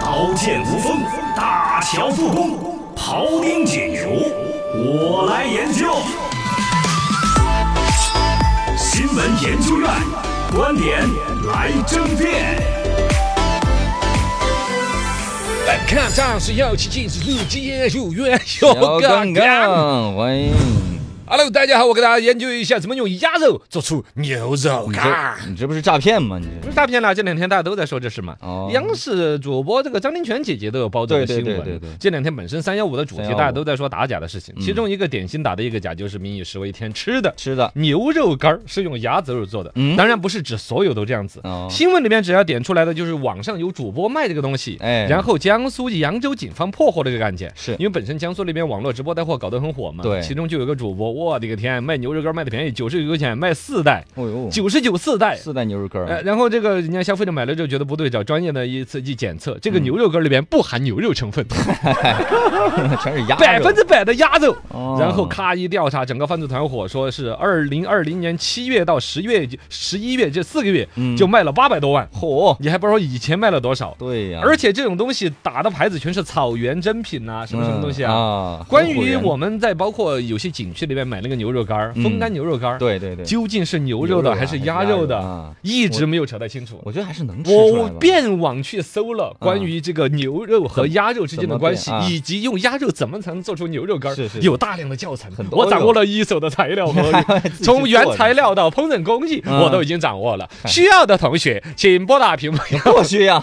刀剑无锋，大乔复工，庖丁解牛，我来研究。新闻研究院观点来争辩。本看仗是要去进入接入院 有杠杠杠。杠，欢迎。 Hello，大家好，我给大家研究一下怎么用鸭肉做出牛肉你干。这你这不是诈骗吗？你不是大片啦，这两天大家都在说这事嘛。哦央视主播这个张金泉姐姐都有报这个对新对闻。对对对这两天本身三幺五的主题， 315大家都在说打假的事情，嗯其中一个典型打的一个假就是“民以食为天”，吃的这。吃的牛肉干儿是用鸭子肉做的，嗯当然不是指所有都这样子。哦新闻里面只要点出来的就是网上有主播卖这个东西，哎然后江苏扬州警方破获了这个案件，是因为本身江苏那边网络直播带货搞得很火嘛，对其中就有个主播，我的个天，卖牛肉干儿卖的便宜，九十九块钱卖四袋，哦呦，九十九四袋，四袋牛肉干呃，儿，然后这个人家消费者买了之后觉得不对，找专业的一次一检测，这嗯个牛肉干里边不含牛肉成分， 全是鸭肉，百分之百的鸭肉。哎哦然后咔一调查，整个犯罪团伙说是二零二零年七月到十月、十一月这四个月嗯就卖了八百多万，嚯，你还不知道以前卖了多少。对啊呀，而且这种东西打的牌子全是草原珍品呐、什么什么东西啊。嗯啊关合伙于人我们在包括有些景区里面买那个牛肉干儿，风干嗯牛肉干儿，对对对，究竟是牛肉的牛肉呀啊还是鸭肉还是鸭肉的啊，一直没有查得清楚。我觉得还是能吃出来我吧 遍网去搜了关于这个牛肉和鸭肉之间的关系怎么，变啊以及用鸭肉怎么才能做出牛肉干儿是是，是有大量的教程很。多我掌握哟了一手的材料和 己从做原的材料到烹饪工艺，嗯我都已经掌握了。需要的同学请拨打屏幕。或许呀，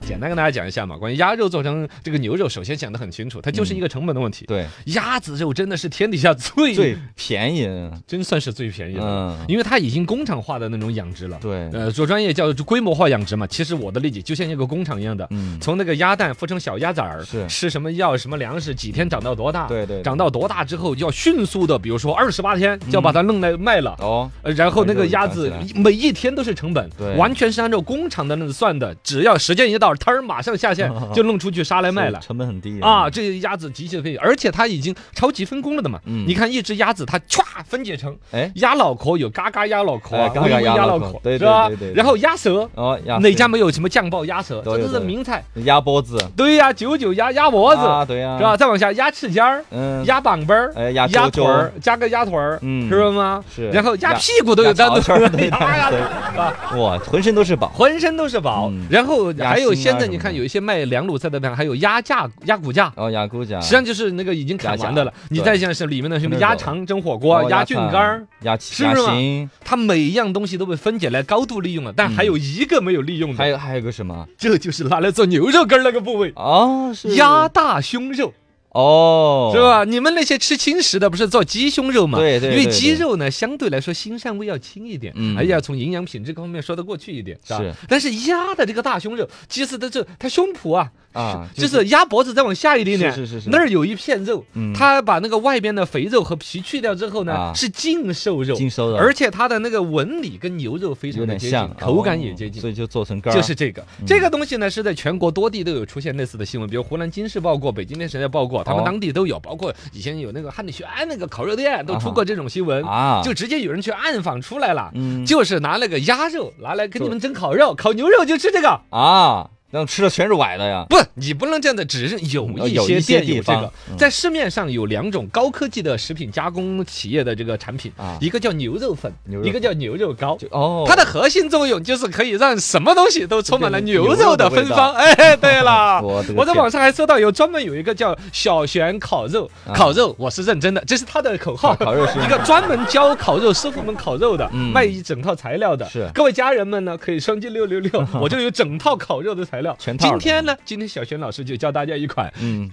简单跟大家讲一下嘛，关于鸭肉做成这个牛肉，首先讲得很清楚，它嗯就是一个成本的问题。 对，鸭子肉真的是天底下最最便宜，真算是最便宜的嗯，因为它已经工厂化的那种养殖了。对呃，做专业叫规模化养殖嘛。其实我的理解就像一个工厂一样的，嗯从那个鸭蛋孵成小鸭崽儿，是吃什么药、什么粮食，几天长到多大？对对对嗯长到多大之后要迅速的，比如说二十八天就要把它弄来卖了。哦，呃然后那个肉鸭长子起来每一天都是成本对，完全是按照工厂的那算的，只要时间一到，摊儿马上下 线就弄出去杀来 卖了是。成本很低啊，，这鸭子极其的费力，而且它已经超级分工了的嘛。嗯你看一只鸭子，它歘分解成哎，鸭脑壳有嘎嘎鸭脑壳啊哎，嘎微嘎微鸭鸭脑脑壳壳，对是对吧对对？对然后鸭舌，哦，鸭哪腿家没有什么酱爆鸭舌？都这有都是都有名菜。鸭脖子，对呀，九九鸭鸭脖啊子，对呀，是吧？？再往下，鸭翅尖儿。嗯，鸭膀背儿，哎鸭鸭周腿周儿，加个鸭腿儿，嗯是不是吗？是然后鸭鸭屁股都有鸭单独槽圈儿对对 哎呀对啊哇，浑身都是宝，浑身都是宝嗯。然后鸭还有心啊现在什你么看，的有一些卖凉卤菜的地方，还有鸭架、鸭骨架，哦，鸭骨架，实际上就是那个已经砍完的了鸭架。你对再像是里面的什么那鸭种肠蒸火锅、哦鸭菌肠干儿，鸭是不蹄、鸭是嘛心，它每一样东西都被分解来高度利用了，但还有一个没有利用的，嗯还有还有个什么？这就是拿来做牛肉干儿那个部位。哦，是鸭大胸肉哦，是？吧？你们那些吃轻食的不是做鸡胸肉吗？对对因为对鸡对肉呢相对来说腥膻味要轻一点，嗯而且要从营养品质各方面说得过去一点，吧是但是鸭的这个大胸肉，其实它这它胸脯啊，啊，就是鸭脖子再往下一点点，是是是是那儿有一片肉，嗯它把那个外边的肥肉和皮去掉之后呢，啊是净瘦肉，净瘦肉而且它的那个纹理跟牛肉非常有的点接像近，，口感也接哦近。所以就做成干儿，就是这个，嗯这个东西呢是在全国多地都有出现类似的新闻，比如湖南经视报过，北京电视台报过，他们哦当地都有，包括以前有那个汉丽轩那个烤肉店都出过这种新闻啊就直接有人去暗访出来了，嗯就是拿那个鸭肉拿来跟你们整烤肉，烤牛肉就吃这个，啊，那吃的全是崴的呀，不，你不能这样的，只是有呃一有些一些店有地这方嗯个。在市面上有两种高科技的食品加工企业的这个产品啊，一个叫牛肉粉牛，肉一个叫牛肉糕。就哦，它的核心作用就是可以让什么东西都充满了就变牛成肉的牛芬肉的味道，芳。哎，对了 我的个我在天网上还搜到有专门有一个叫小玄烤肉，啊烤肉我是认真的，这是他的口号。烤烤肉是 一个专门教烤肉师傅们烤肉的，嗯卖一整套材料的。是各位家人们呢，可以双击六六 六，我就有整套烤肉的材料。全套今的天呢，今天小玄老师就教大家一款嗯，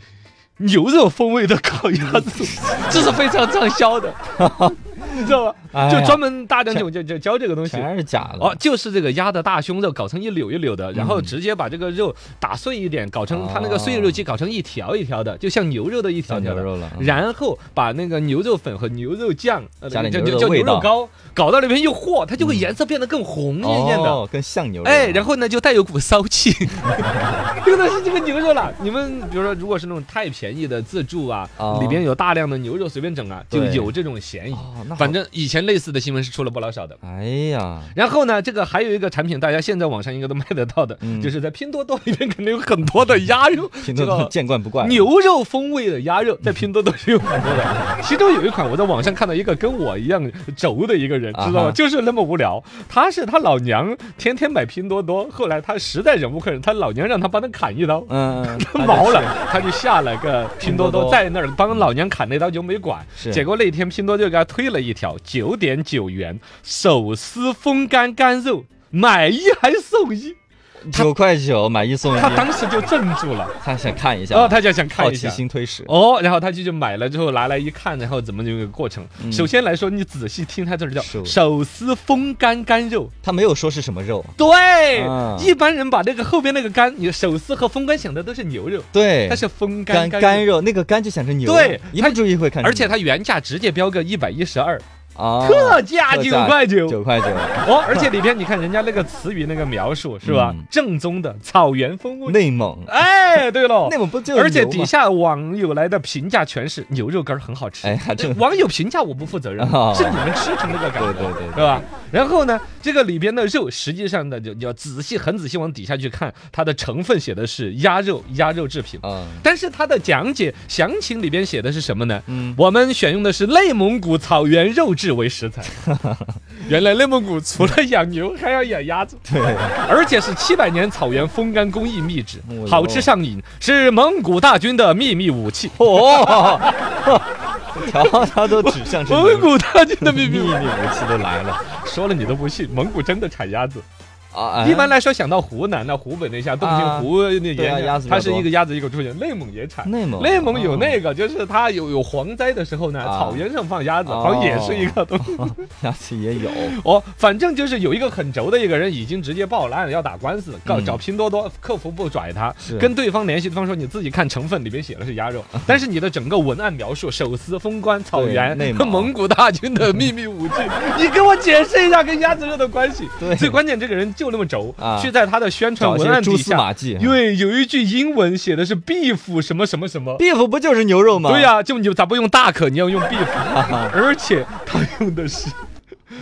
牛肉风味的烤鸭 子，这是非常畅销的，你知道吧？哎呀就专门大疆就就就教这个东西。全是假的哦，，就是这个鸭的大胸肉搞成一绺一绺的，然嗯后直接把这个肉打碎一点，搞成它那个碎肉机搞成一条一条的，就像牛肉的一条哦像条的。牛肉了，嗯然后把那个牛肉粉和牛肉酱，呃加点就牛就肉叫味牛肉道嗯糕，搞到里面又和，它就会颜色变得更红艳艳的。哦，跟像牛肉，哎，然后呢，就带有股骚气， 这个东西就跟牛肉了。你们比如说，如果是那种太便宜的自助啊，哦里边有大量的牛肉随便整啊，就对有这种嫌疑。哦那反正以前类似的新闻是出了不老少的。哎呀，然后呢，这个还有一个产品，大家现在网上应该都买得到的，嗯就是在拼多多里面肯定有很多的鸭肉， 拼多多这见惯不个怪。牛肉风味的鸭肉，在拼多多是有很多嗯的。 其中有一款，我在网上看到一个跟我一样轴的一个人，知道啊吗？哈就是那么无聊。他是他老娘天天买拼多多，后来他实在忍无可忍，他老娘让他帮他砍一刀。嗯，嗯他毛了，他就下了个拼多拼多多，多在那儿帮老娘砍那刀就没管。是结果那天拼多多就给他推了一条九点九元手撕风干干肉，买一还送一，九块九买一送一他，当时就怔住 了，他想看一下然后，他就想看好一奇下。心推使。哦，然后他就去买了之后拿来一看，然后怎么有一个过程。嗯首先来说，你仔细听他这儿叫手手撕风干干肉，他没有说是什么肉，对，啊一般人把那个后边那个干，你手撕和风干想的都是牛肉，对，它是风干干干干肉，那个干就想成牛，对一不注意会看成牛，而且它原价直接标个一百一十二，啊，特价九块九。九块九，哦，而且里边你看人家那个词语那个描述是吧嗯？正宗的草原风味。内蒙，哎，对喽内，蒙不就是而且牛吗底下网友来的评价全是牛肉干儿很好吃。哎呀，这呃网友评价我不负责任哦，是你们吃成那个感觉，对对对对是吧？然后呢，这个里边的肉，实际上呢，就你要仔细、很仔细往底下去看，它的成分写的是鸭肉、鸭肉制品，嗯但是它的讲解详情里边写的是什么呢？嗯，我们选用的是内蒙古草原肉质为食 材。原来内蒙古除了养牛，还要养鸭子，对，而且是七百年草原风干工艺秘制哦哟，好吃上瘾，是蒙古大军的秘密武器。哦，条条都指向是牛蒙古大军的秘秘密密武器，武器都来了说了你都不信，蒙古真的产鸭子。啊！哎一般来说，想到湖南、那湖北那下，洞庭湖那对啊沿鸭岸子比较它是多一个鸭子一个猪圈，内蒙也产。内蒙内蒙有那个，就是它有有蝗灾的时候呢，啊草原上放鸭子，哦好像也是一个东西。鸭子也有，哦，反正就是有一个很轴的一个人已经直接报了案，要打官司，告嗯找拼多多客服部拽他是，嗯跟对方联系，对方说你自己看成分里边写的是鸭肉，但是你的整个文案描述手撕风关草原 内蒙蒙古大军的秘密 武器，你给我解释一下跟鸭子肉的关系。对最关键这个人就那么轴啊，去在他的宣传找一文些案底蛛丝下，马迹。啊因为有一句英文写的是 beef 什么什么什么。 beef 不就是牛肉吗？对、呀、就你咋不用大可，你要用 beef，而且他用的是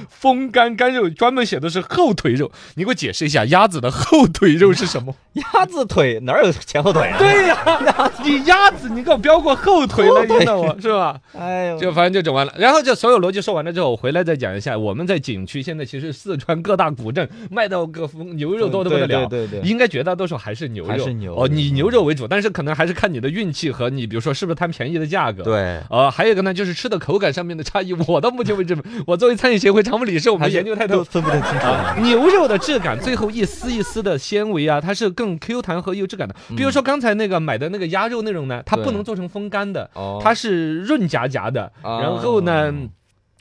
风干干肉，专门写的是后腿肉。你给我解释一下，鸭子的后腿肉是什 么？鸭子腿哪有前后腿啊？对呀、 你鸭子，你给我标过后腿了，腿你道我是 吧？哎呦，就反正就整完了，然后这所有逻辑说完了之后，我回来再讲一下，我们在景区现在其实四川各大古镇卖到个风牛肉多的不得了，对对对对应该绝大多数还是牛肉，还是牛哦，你肉牛肉为主，但是可能还是看你的运气和你比如说是不是贪便宜的价格，对，呃，还有一个呢，就是吃的口感上面的差异。 我到目前为止，我作为餐饮协会常务理事，我还们是研究太啊都透。分不得清楚了。牛肉的质感，最后一丝一丝的纤维啊，它是更 Q 弹和有质感的。比如说刚才那个买的那个鸭肉那种呢，它不嗯对能做成风干的，哦啊它是润夹夹的。然后呢哦，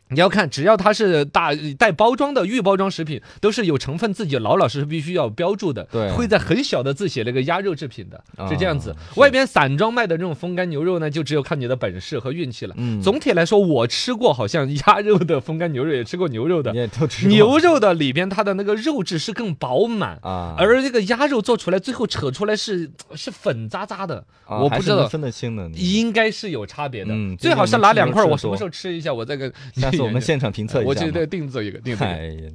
你要看，只要它是大带包装的预包装食品，都是有成分自己老老实实必须要标注的，对会在很小的字写那个鸭肉制品的，是这样子哦。外边散装卖的这种风干牛肉呢，就只有看你的本事和运气了。嗯总体来说，我吃过好像鸭肉的风干牛肉，也吃过牛肉的你， 也都吃过牛肉的里边它的那个肉质是更饱满。啊，而那个鸭肉做出来，最后扯出来是是粉渣渣的，啊我还不知是道能分得清的。你应该是有差别的，嗯嗯最好是拿两块儿，我什么最近我们时候吃一下，我再跟下次我们 先现场评测一下嘛。我记得定做一个，定做一个。哎呀。